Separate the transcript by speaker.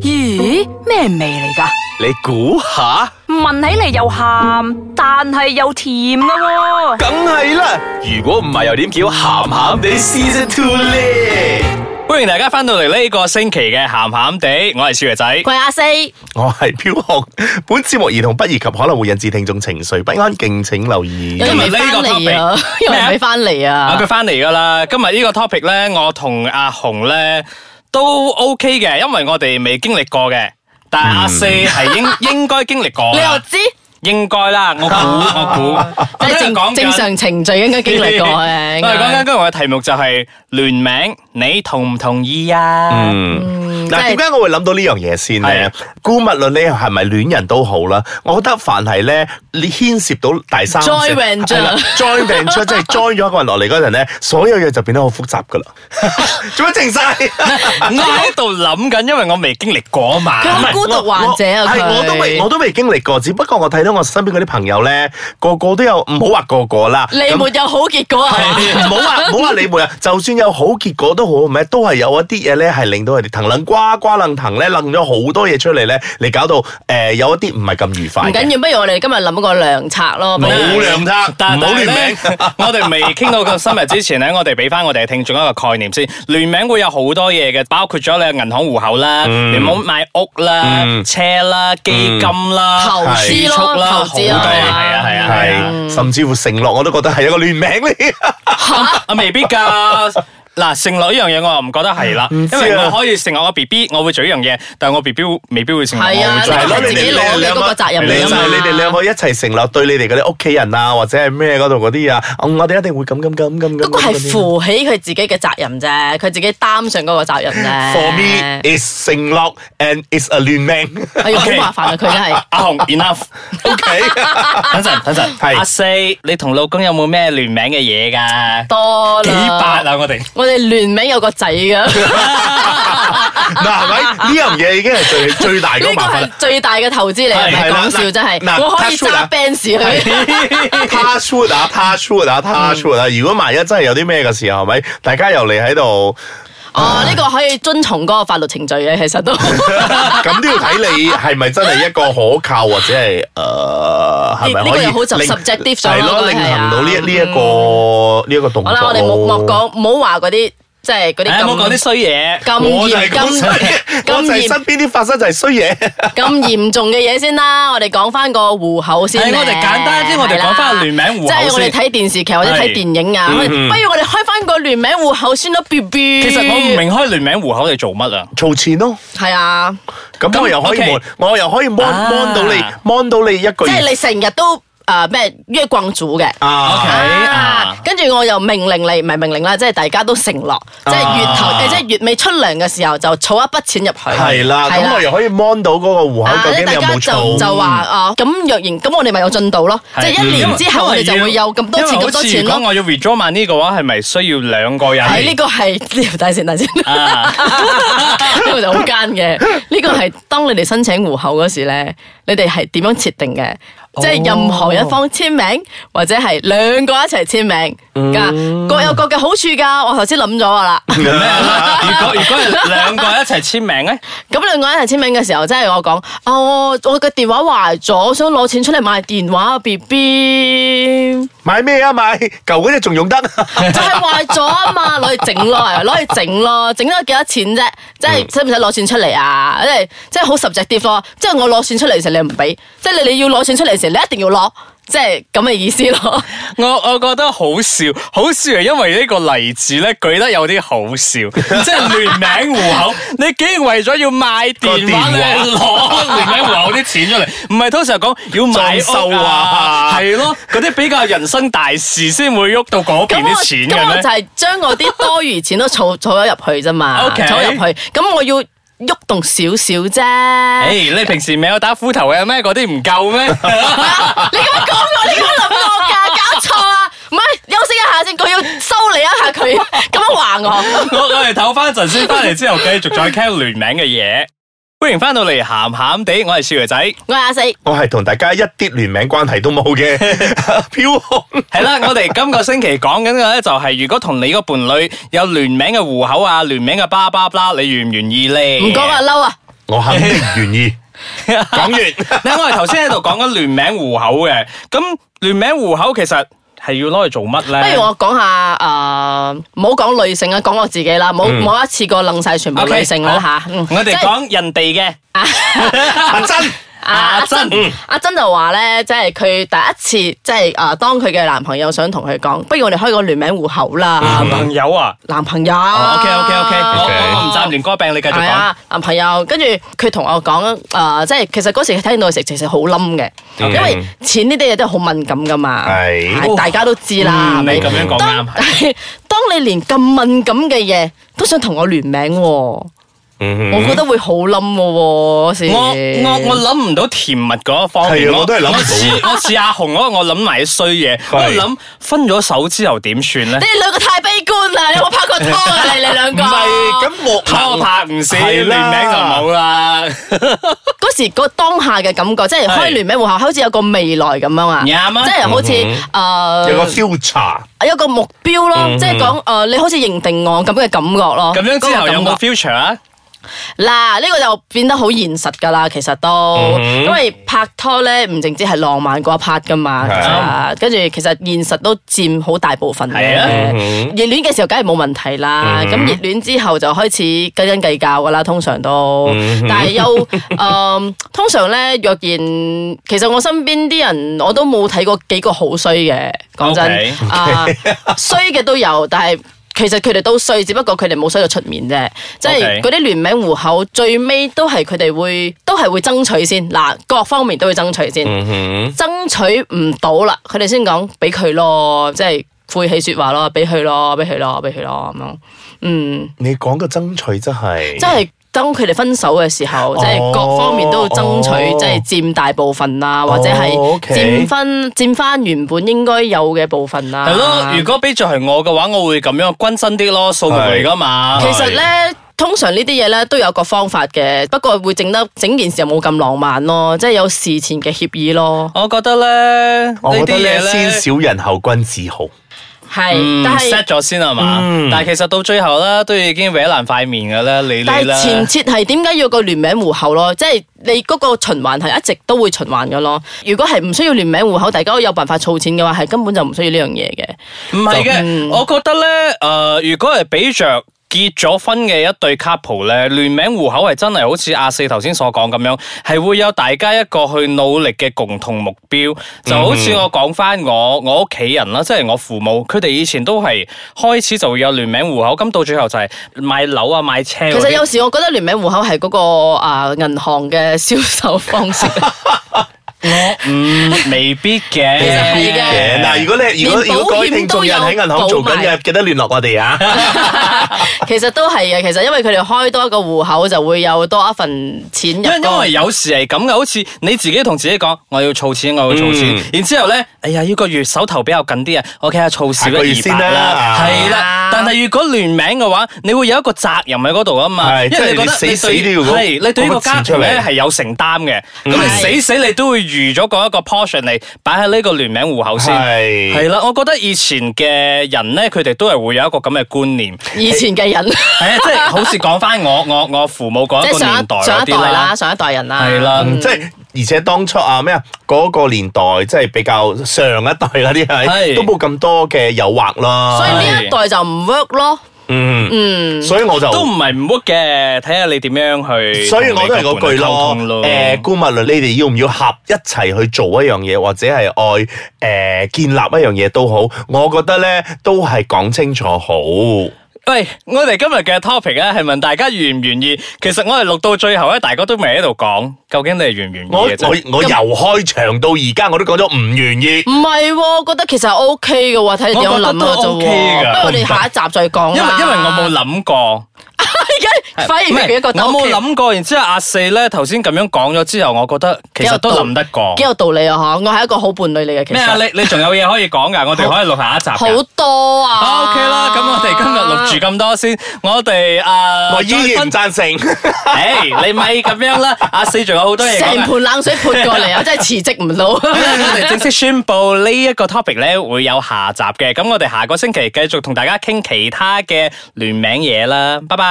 Speaker 1: 咦，咩味嚟噶？
Speaker 2: 你估下，
Speaker 1: 聞起嚟又鹹，但係又甜噶喎、
Speaker 2: 梗係啦。如果唔係，又點叫鹹鹹地 Season Two 咧？
Speaker 3: 欢迎大家翻到嚟呢个星期嘅咸咸地，我系少爷仔。
Speaker 4: 佢阿四，
Speaker 2: 我係飄紅。本節目兒童不宜及可能會引致聽眾情緒不安，敬請留意
Speaker 4: 有。人未翻嚟啊，有人未翻嚟
Speaker 3: 啊，
Speaker 4: 啊
Speaker 3: 佢，翻嚟噶啦。今日呢個 topic 咧，我同阿紅咧都 OK 嘅，因為我哋未經歷過嘅。但係阿四係 應應該經歷過
Speaker 4: 你又
Speaker 3: 㗎，
Speaker 4: 知？
Speaker 3: 應該啦。我估我估，
Speaker 4: 即
Speaker 3: 我
Speaker 4: 係
Speaker 3: 今日講
Speaker 4: 正
Speaker 3: 緊
Speaker 4: 正。常程序應該經歷過 嘅。
Speaker 3: 我哋講緊今日嘅題目就係聯名，你同唔同意啊？
Speaker 2: 嗯，
Speaker 4: 即
Speaker 2: 嗱，
Speaker 4: 係
Speaker 2: 點解我會諗到呢樣嘢先咧？姑勿論你係咪戀人都好啦，我覺得凡係咧，你牽涉到第三者
Speaker 4: Joint venture
Speaker 2: join venture 即係 join 咗一個人落嚟嗰陣咧，所有嘢就變得好複雜 噶啦。 做乜靜晒？
Speaker 3: 我喺度諗緊，因為我未經歷過啊嘛。
Speaker 4: 佢好孤獨患者啊！
Speaker 2: 係我都未，我
Speaker 4: 佢
Speaker 2: 都未經歷過。只不過我睇到我身邊嗰啲朋友咧，個個都有，唔好話個個啦。
Speaker 4: 你沒有好結果啊！
Speaker 2: 唔好話唔好話你妹啊！就算有好結果都好，咩都係有一啲嘢咧，係令到佢哋騰楞瓜瓜楞騰咧，楞咗好多嘢出嚟咧，你搞到誒、呃有一啲唔係咁愉
Speaker 4: 唔
Speaker 2: 快嘅。
Speaker 4: 緊要，不如我哋今日諗個良策咯。
Speaker 2: 冇
Speaker 4: 不如
Speaker 2: 良策唔好
Speaker 3: 但但係
Speaker 2: 聯名
Speaker 3: 咧 我哋未傾到咁深入之前咧，我哋俾翻我哋嘅聽眾一個概念先。聯名會有好多嘢嘅，包括咗你嘅銀行户口啦，你冇買屋啦、車啦、基金啦、
Speaker 4: 投資
Speaker 3: 儲
Speaker 4: 咯
Speaker 3: 蓄啦
Speaker 4: 投資啊
Speaker 3: 好多嘢係啊係啊係啊，
Speaker 2: 係，甚至乎承諾我都覺得係一個亂名嚟。
Speaker 3: 啊未必㗎。 嗱，承諾呢樣嘢我又唔覺得係啦，
Speaker 2: 知
Speaker 3: 因
Speaker 2: 啊
Speaker 3: 為我可以承諾我 B B 我會做呢樣嘢，但我 B B 未必會承諾
Speaker 4: 係
Speaker 3: 我
Speaker 4: 啊
Speaker 3: 會做
Speaker 4: 呢個
Speaker 3: 咯。
Speaker 4: 係自己攞嘅嗰個責任
Speaker 2: 你就
Speaker 4: 嚟㗎嘛
Speaker 2: 係你哋兩個一齊承諾對你哋嗰啲屋企人啊，或者係咩嗰度嗰啲啊，嗯我哋一定會咁咁咁咁咁。
Speaker 4: 嗰個係
Speaker 2: 咁
Speaker 4: 負起佢自己嘅責任啫，佢自己擔上嗰個責任啫。
Speaker 2: For me
Speaker 4: Ah.
Speaker 2: is 承諾 and is a 亂名。
Speaker 4: 哎呀，好
Speaker 3: Okay
Speaker 4: 麻煩啊！佢真係。
Speaker 3: 阿紅，enough，
Speaker 2: OK。
Speaker 3: 等陣等陣，
Speaker 2: 係
Speaker 3: 阿四，你同老公有冇咩聯名嘅嘢㗎？
Speaker 4: 多
Speaker 3: 幾
Speaker 4: 啦，
Speaker 3: 百啊！我 哋。
Speaker 4: 我哋聯名有個仔噶，
Speaker 2: 嗱，係咪呢樣嘢已經係最最大嗰
Speaker 4: 呢
Speaker 2: 個
Speaker 4: 個
Speaker 2: 麻
Speaker 4: 係
Speaker 2: 煩
Speaker 4: 最大嘅投資嚟，
Speaker 3: 係
Speaker 4: 唔係
Speaker 2: 係啦
Speaker 4: 講笑
Speaker 2: 嗱
Speaker 4: 真
Speaker 2: 嗱
Speaker 4: 係。我可以
Speaker 2: touch wood 啊
Speaker 4: 揸 Benz 去，
Speaker 2: password 啊，password 啊，password 啊！如果萬一真係有啲咩嘅時候，係咪大家又嚟喺 度，
Speaker 4: 哦，呢個可以遵從嗰個法律程序嘅，其實都
Speaker 2: 咁都要睇你係咪真係一個可靠或者係誒係咪
Speaker 4: 呢呢個
Speaker 2: 可以
Speaker 4: 又好 subjective 上
Speaker 2: 係
Speaker 4: 咯
Speaker 2: 咯，
Speaker 4: 係
Speaker 2: 令
Speaker 4: 啊嗯
Speaker 2: 行到呢呢一個呢一個動
Speaker 4: 好
Speaker 2: 作。
Speaker 4: 啦，我哋冇莫講，唔好話嗰啲即係嗰啲
Speaker 3: 哦唉，唔好講啲
Speaker 4: 咁
Speaker 3: 衰嘢。
Speaker 4: 咁
Speaker 2: 我就係
Speaker 4: 嚴
Speaker 2: 講衰
Speaker 4: 咁
Speaker 2: 嘢， 我
Speaker 4: 咁
Speaker 2: 就係
Speaker 4: 嚴
Speaker 2: 身邊啲發生就係衰嘢。
Speaker 4: 咁嚴重嘅嘢先啦，我哋講翻個户口先咧。
Speaker 3: 係我哋簡單啲我哋講返個聯名户口
Speaker 4: 即係我哋
Speaker 3: 先
Speaker 4: 睇電視劇或者睇
Speaker 3: 係嗯
Speaker 4: 電影啊，我哋不如我哋開翻個聯名户口先啦，B B。
Speaker 3: 其實我唔明開聯名户口嚟做乜啊？
Speaker 2: 儲錢咯，
Speaker 4: 係啊，
Speaker 2: 咁我又可以
Speaker 3: OK
Speaker 2: 望，我又可以 mon
Speaker 3: 啊
Speaker 2: mon 到你，mon 到你一
Speaker 3: 哎
Speaker 2: 個
Speaker 4: 即
Speaker 2: 月
Speaker 4: 係你成日都诶咩约逛主嘅。
Speaker 2: 啊
Speaker 3: OK 啊
Speaker 4: 跟住我又命令你，唔係命令啦，即係大家都承諾，即係月頭，
Speaker 3: 啊
Speaker 4: 誒即係月尾出糧嘅時候就儲一筆錢入去。
Speaker 2: 係啦，
Speaker 4: 係
Speaker 2: 咁我又可以 mon 到嗰個户口
Speaker 4: 啊
Speaker 2: 究竟
Speaker 4: 大
Speaker 2: 你有
Speaker 4: 家
Speaker 2: 冇
Speaker 4: 就
Speaker 2: 儲。
Speaker 4: 就話啊，咁若然咁，我哋咪有進度咯，
Speaker 3: 哦
Speaker 4: 即係一年之後我哋就會有咁多錢咁多錢
Speaker 3: 因為好似如
Speaker 4: 咯。
Speaker 3: 果我要 withdraw 萬呢嘅話，係咪需要兩個人？
Speaker 4: 係呢個係呢條底線，底線。
Speaker 3: 啊，
Speaker 4: 呢個就好奸嘅。呢個係當你哋申請户口嗰時咧，你哋係點樣設定嘅？即係任何一方簽名，或者係兩個一齊簽名㗎，各有各嘅好處㗎。我頭先諗咗㗎啦。
Speaker 3: 如果如果係兩個一齊簽名咧，
Speaker 4: 咁兩個人一齊簽名嘅時候，即係我講，哦，我嘅電話壞咗，我想攞錢出嚟買電話啊，B B，
Speaker 2: 買咩啊？買舊嗰只仲 用得，
Speaker 4: 就係壞咗啊嘛，攞去整咯，攞去整咯，整咗幾多錢啫？即係使唔使攞錢出嚟啊？即係即係好 subjective 咯，即係我攞錢出嚟嘅時候你又唔俾，即係你你要攞錢出嚟嘅時候你一定要攞，即係咁嘅意思 咯。
Speaker 3: 我我覺得好笑，好笑係因為呢個例子咧舉得有啲好笑，即係聯名户口，你竟然為咗要賣電話
Speaker 2: 個電話
Speaker 3: 你攞 聯名户口啲錢出嚟，唔係通常講要買
Speaker 2: 裝
Speaker 3: 屋
Speaker 2: 修
Speaker 3: 啊
Speaker 2: 啊，
Speaker 3: 係咯，嗰啲比較人生大事先會喐到嗰
Speaker 4: 咁
Speaker 3: 邊
Speaker 4: 我
Speaker 3: 啲錢
Speaker 4: 咁
Speaker 3: 嘅
Speaker 4: 我
Speaker 3: 咩
Speaker 4: 就？係將我啲多餘錢都儲儲咗入去啫嘛，
Speaker 3: OK
Speaker 4: 儲入去，咁我要喐動少少啫。
Speaker 3: 诶、你平時未有打斧頭嘅咩？嗰啲唔夠咩？
Speaker 4: 你咁樣講我，你咁樣諗我㗎，搞錯啊！唔係休息一下先，佢要收你一下佢，咁樣話我。
Speaker 3: 我我哋唞翻陣先，翻嚟之後繼續再傾聯名嘅嘢。歡迎翻到嚟，咸咸地，我係少爺仔。
Speaker 4: 我係阿四，
Speaker 2: 我係同大家一啲聯名關係都冇 嘅，飄紅。
Speaker 3: 係啦， 我哋今個星期講緊嘅咧就係，如果同你個伴侶有聯名嘅户口啊、聯名嘅巴巴啦，你願唔願意咧？
Speaker 4: 唔講啊嬲啊！
Speaker 2: 我肯定願意。 講完，
Speaker 3: 你睇我哋頭先喺度講緊聯名户口嘅，咁聯名户口其實係要攞嚟做乜咧？
Speaker 4: 不如我講下誒，唔好講女性啊，講我自己啦，冇冇一次過楞晒全
Speaker 3: 嗯
Speaker 4: 部
Speaker 3: OK，
Speaker 4: 女性啦
Speaker 3: 好
Speaker 4: 吓。嗯
Speaker 3: 我
Speaker 4: 即
Speaker 3: 哋
Speaker 4: 係
Speaker 3: 講人哋 嘅
Speaker 2: 阿珍，
Speaker 4: 啊阿珍，阿珍就話咧，即係佢第一次，即係誒，當佢嘅男朋友想同佢講，不如我哋開個聯名户口啦。
Speaker 3: 男朋友啊。
Speaker 4: 男朋友哦
Speaker 3: ，OK OK OK，我我唔贊連歌病，你繼續
Speaker 4: 係
Speaker 3: 講。
Speaker 4: 啊，男朋友，跟住佢同我講，誒、即係其實嗰時佢聽到嘅時候其實好冧嘅，
Speaker 2: 嗯
Speaker 4: 因為錢呢啲嘢都係好敏感噶嘛，
Speaker 2: 係
Speaker 4: 係大家都知啦，係
Speaker 3: 嗯
Speaker 4: 咪
Speaker 3: 你咁樣講
Speaker 4: 當
Speaker 3: 啱，係
Speaker 4: 當你連咁敏感嘅嘢都想同我聯名喎，
Speaker 2: 嗯
Speaker 4: 嗯我覺得會好冧嘅喎嗰時。
Speaker 3: 嗯我我我諗唔到甜蜜嗰一方面，
Speaker 2: 係啊我都係諗唔到
Speaker 3: 似我似阿紅嗰個，我諗埋啲衰嘢，我諗分咗手之後點算咧
Speaker 4: 你？哋兩個太悲觀啦！你有冇拍過拖 啊？你你兩個
Speaker 3: 唔係
Speaker 2: 咁我
Speaker 3: 拖拍唔死，
Speaker 2: 係
Speaker 3: 聯名就
Speaker 2: 啦
Speaker 3: 冇啦。
Speaker 4: 嗰時個當下嘅感覺，即係開
Speaker 3: 係
Speaker 4: 聯名戶口，好似有個未來咁樣啊，
Speaker 3: 啱啊
Speaker 4: 即係好似誒。
Speaker 2: 有個 future，
Speaker 4: 有個目標咯，即係講呃誒，你好似認定我咁嘅感覺
Speaker 3: 嗯
Speaker 4: 咯。
Speaker 3: 咁樣之後有
Speaker 4: 嗰個
Speaker 3: 冇
Speaker 4: 感覺
Speaker 3: future 啊？
Speaker 4: 嗱？呢個就變得好現實㗎啦，其實都，
Speaker 3: 嗯
Speaker 4: 因為拍拖咧唔淨止係浪漫嗰一 part 㗎嘛，
Speaker 2: 係
Speaker 3: 啊
Speaker 4: 其實跟住其實現實都佔好大部分嘅。嗯
Speaker 3: 係啊嗯
Speaker 4: 熱戀嘅時候梗係冇問題啦，咁熱戀之後就開始斤斤計較㗎啦，通常都，
Speaker 3: 嗯
Speaker 4: 但係又 誒，通常咧若然其實我身邊啲人我都冇睇過幾個好衰嘅，講真
Speaker 3: OK
Speaker 4: 啊。衰嘅都有，但係其實佢哋都衰，只不過佢哋冇衰到出面啫。即
Speaker 3: OK
Speaker 4: 係嗰啲聯名户口，最尾都係佢哋會，都係會爭取先。嗱，各方面都會爭取先，
Speaker 2: 嗯
Speaker 4: 爭取唔到啦，佢哋先講俾佢咯，即係晦氣說話咯，俾佢咯，俾佢咯，俾佢咯咁樣。嗯，
Speaker 2: 你講個爭取真係，
Speaker 4: 即係。當佢哋分手嘅時候，即係各方面都要爭取，
Speaker 2: 哦
Speaker 4: 即係佔大部分啊，或者
Speaker 2: 哦
Speaker 4: 係
Speaker 2: ，OK
Speaker 4: 佔分佔翻原本應該有嘅部分啊。
Speaker 3: 係咯，如果俾着係我嘅話，我會咁樣均真啲咯，數目嚟噶嘛。
Speaker 4: 其實咧，通常呢啲嘢咧都有個方法嘅，不過會整得整件事又冇咁浪漫咯，即係有事前嘅協議咯。
Speaker 3: 我覺得咧，呢
Speaker 2: 我
Speaker 3: 啲
Speaker 2: 覺得
Speaker 3: 嘢
Speaker 2: 咧
Speaker 3: 咧
Speaker 2: 先小人後君子好。
Speaker 4: 係，
Speaker 3: 嗯
Speaker 4: 但
Speaker 3: set
Speaker 4: 係
Speaker 3: 咗先係嘛？
Speaker 2: 嗯
Speaker 3: 但係其實到最後咧，都已經搲爛塊面㗎啦，你
Speaker 4: 但
Speaker 3: 你
Speaker 4: 係
Speaker 3: 啦。
Speaker 4: 前設係點解要個聯名户口咯？即係你嗰個循環係一直都會循環嘅咯。如果係唔需要聯名户口，大家都有辦法儲錢嘅話，係根本就唔需要呢樣嘢嘅。
Speaker 3: 唔係嘅，
Speaker 4: 嗯
Speaker 3: 我覺得咧，诶、如果係比着結咗婚嘅一對 couple 咧，聯名户口係真係好似阿四頭先所講咁樣，係會有大家一個去努力嘅共同目標。
Speaker 4: 嗯
Speaker 3: 就好似我講翻我我屋企人啦，即係我父母，佢哋以前都係開始就會有聯名户口，咁到最後就係買樓啊、買車嗰
Speaker 4: 其
Speaker 3: 啲。
Speaker 4: 實有時我覺得聯名户口係嗰、個啊銀、行嘅銷售 方式，
Speaker 3: 嗯，未必嘅，
Speaker 4: 實係嘅
Speaker 2: 嘅嗱，如果你如果
Speaker 4: 連
Speaker 2: 如果各位
Speaker 4: 保險
Speaker 2: 聽眾
Speaker 4: 都
Speaker 2: 有人喺
Speaker 4: 有
Speaker 2: 銀行做緊
Speaker 4: 保
Speaker 2: 嘅，
Speaker 4: 埋
Speaker 2: 記得聯絡我哋啊。
Speaker 4: 其實都係嘅。其實因為佢哋開多一個户口就會有多一份錢入
Speaker 3: 因因
Speaker 4: 多
Speaker 3: 為有時係咁嘅，好似你自己同自己講，我要儲錢，我要儲錢，
Speaker 2: 嗯
Speaker 3: 然之後咧，哎呀，呢個月手頭比較緊啲啊，我睇下儲少
Speaker 2: 下個月
Speaker 3: 咗
Speaker 2: 先
Speaker 3: 二
Speaker 2: 啦
Speaker 3: 百啦，係啦
Speaker 4: 啊。
Speaker 3: 但係如果聯名嘅話，你會有一個責任喺嗰度啊嘛，
Speaker 2: 係
Speaker 3: 因為你覺得
Speaker 2: 即係你
Speaker 3: 你
Speaker 2: 死
Speaker 3: 對
Speaker 2: 死都要嗰
Speaker 3: 係你對呢個
Speaker 2: 嗰筆錢
Speaker 3: 家庭
Speaker 2: 出
Speaker 3: 咧
Speaker 2: 嚟嗯
Speaker 3: 係有承擔嘅，咁你死
Speaker 4: 係
Speaker 3: 死你都會預咗嗰一個 portion 嚟擺喺呢個聯名户口先。
Speaker 2: 係
Speaker 3: 係啦，我覺得以前嘅人咧，佢哋都係會有一個咁嘅觀念，
Speaker 4: 以前 嘅人，
Speaker 3: 係啊，即係好似講翻我我我父母嗰
Speaker 4: 即
Speaker 3: 一個
Speaker 4: 係上
Speaker 3: 年代
Speaker 4: 一上
Speaker 3: 嗰
Speaker 4: 一
Speaker 3: 啲
Speaker 4: 代
Speaker 3: 啦
Speaker 4: 啦，。上一代人啦，
Speaker 3: 係啦
Speaker 2: 即係而且當初啊咩啊嗰個年代，即係比較上一代嗰啲
Speaker 3: 係
Speaker 2: 係都冇咁多嘅誘惑啦。
Speaker 4: 所以呢一代就唔 work 咯。
Speaker 2: 嗯嗯，所以我就
Speaker 3: 都唔係唔 work 嘅，睇下你點樣去。
Speaker 2: 所以我都係嗰句咯
Speaker 3: 同你個伴侶溝通，咯。
Speaker 2: 誒，姑勿論你哋要唔要合一齊去做一樣嘢，或者係愛誒、建立一樣嘢都好，我覺得咧都係講清楚好。
Speaker 3: 喂，我哋今日嘅 topic 咧係問大家願唔願意。其實我哋錄到最後咧，大家都未喺度講，究竟你係願唔願意
Speaker 2: 我
Speaker 3: 嘅啫。
Speaker 2: 我我由開場到而家我都講咗唔願意。
Speaker 4: 唔係喎，覺得其實 O K 嘅喎，睇你點樣諗嘅啫
Speaker 3: 我
Speaker 4: 喎。
Speaker 3: 覺得都 OK 㗎
Speaker 4: 不如我哋下一集再講啦
Speaker 3: 因為因為我 冇諗過，
Speaker 4: 而家反而
Speaker 3: 唔係
Speaker 4: 佢覺得
Speaker 3: 我冇
Speaker 4: OK
Speaker 3: 諗過。然之後阿四咧頭先咁樣講咗之後，我覺得其實都諗得過
Speaker 4: 幾。有道理啊！嗬，我係一個好伴侶嚟嘅，其
Speaker 3: 咩啊？
Speaker 4: 實
Speaker 3: 你你仲有嘢可以講㗎？我哋可以錄下一集㗎。
Speaker 4: 好多
Speaker 3: 好
Speaker 4: 啊。
Speaker 3: OK 啦，咁我哋今日錄住咁多先，我哋啊，
Speaker 2: 我依 然唔贊成。
Speaker 3: 诶，你咪咁樣啦，阿四仲有好多嘢啊講
Speaker 4: 成
Speaker 3: 㗎。
Speaker 4: 盤冷水潑過嚟，我啊真係辭職唔到。
Speaker 3: 我哋正式宣布呢一個 topic 咧會有下集嘅，咁我哋下個星期繼續同大家傾其他嘅聯名嘢啦，拜拜。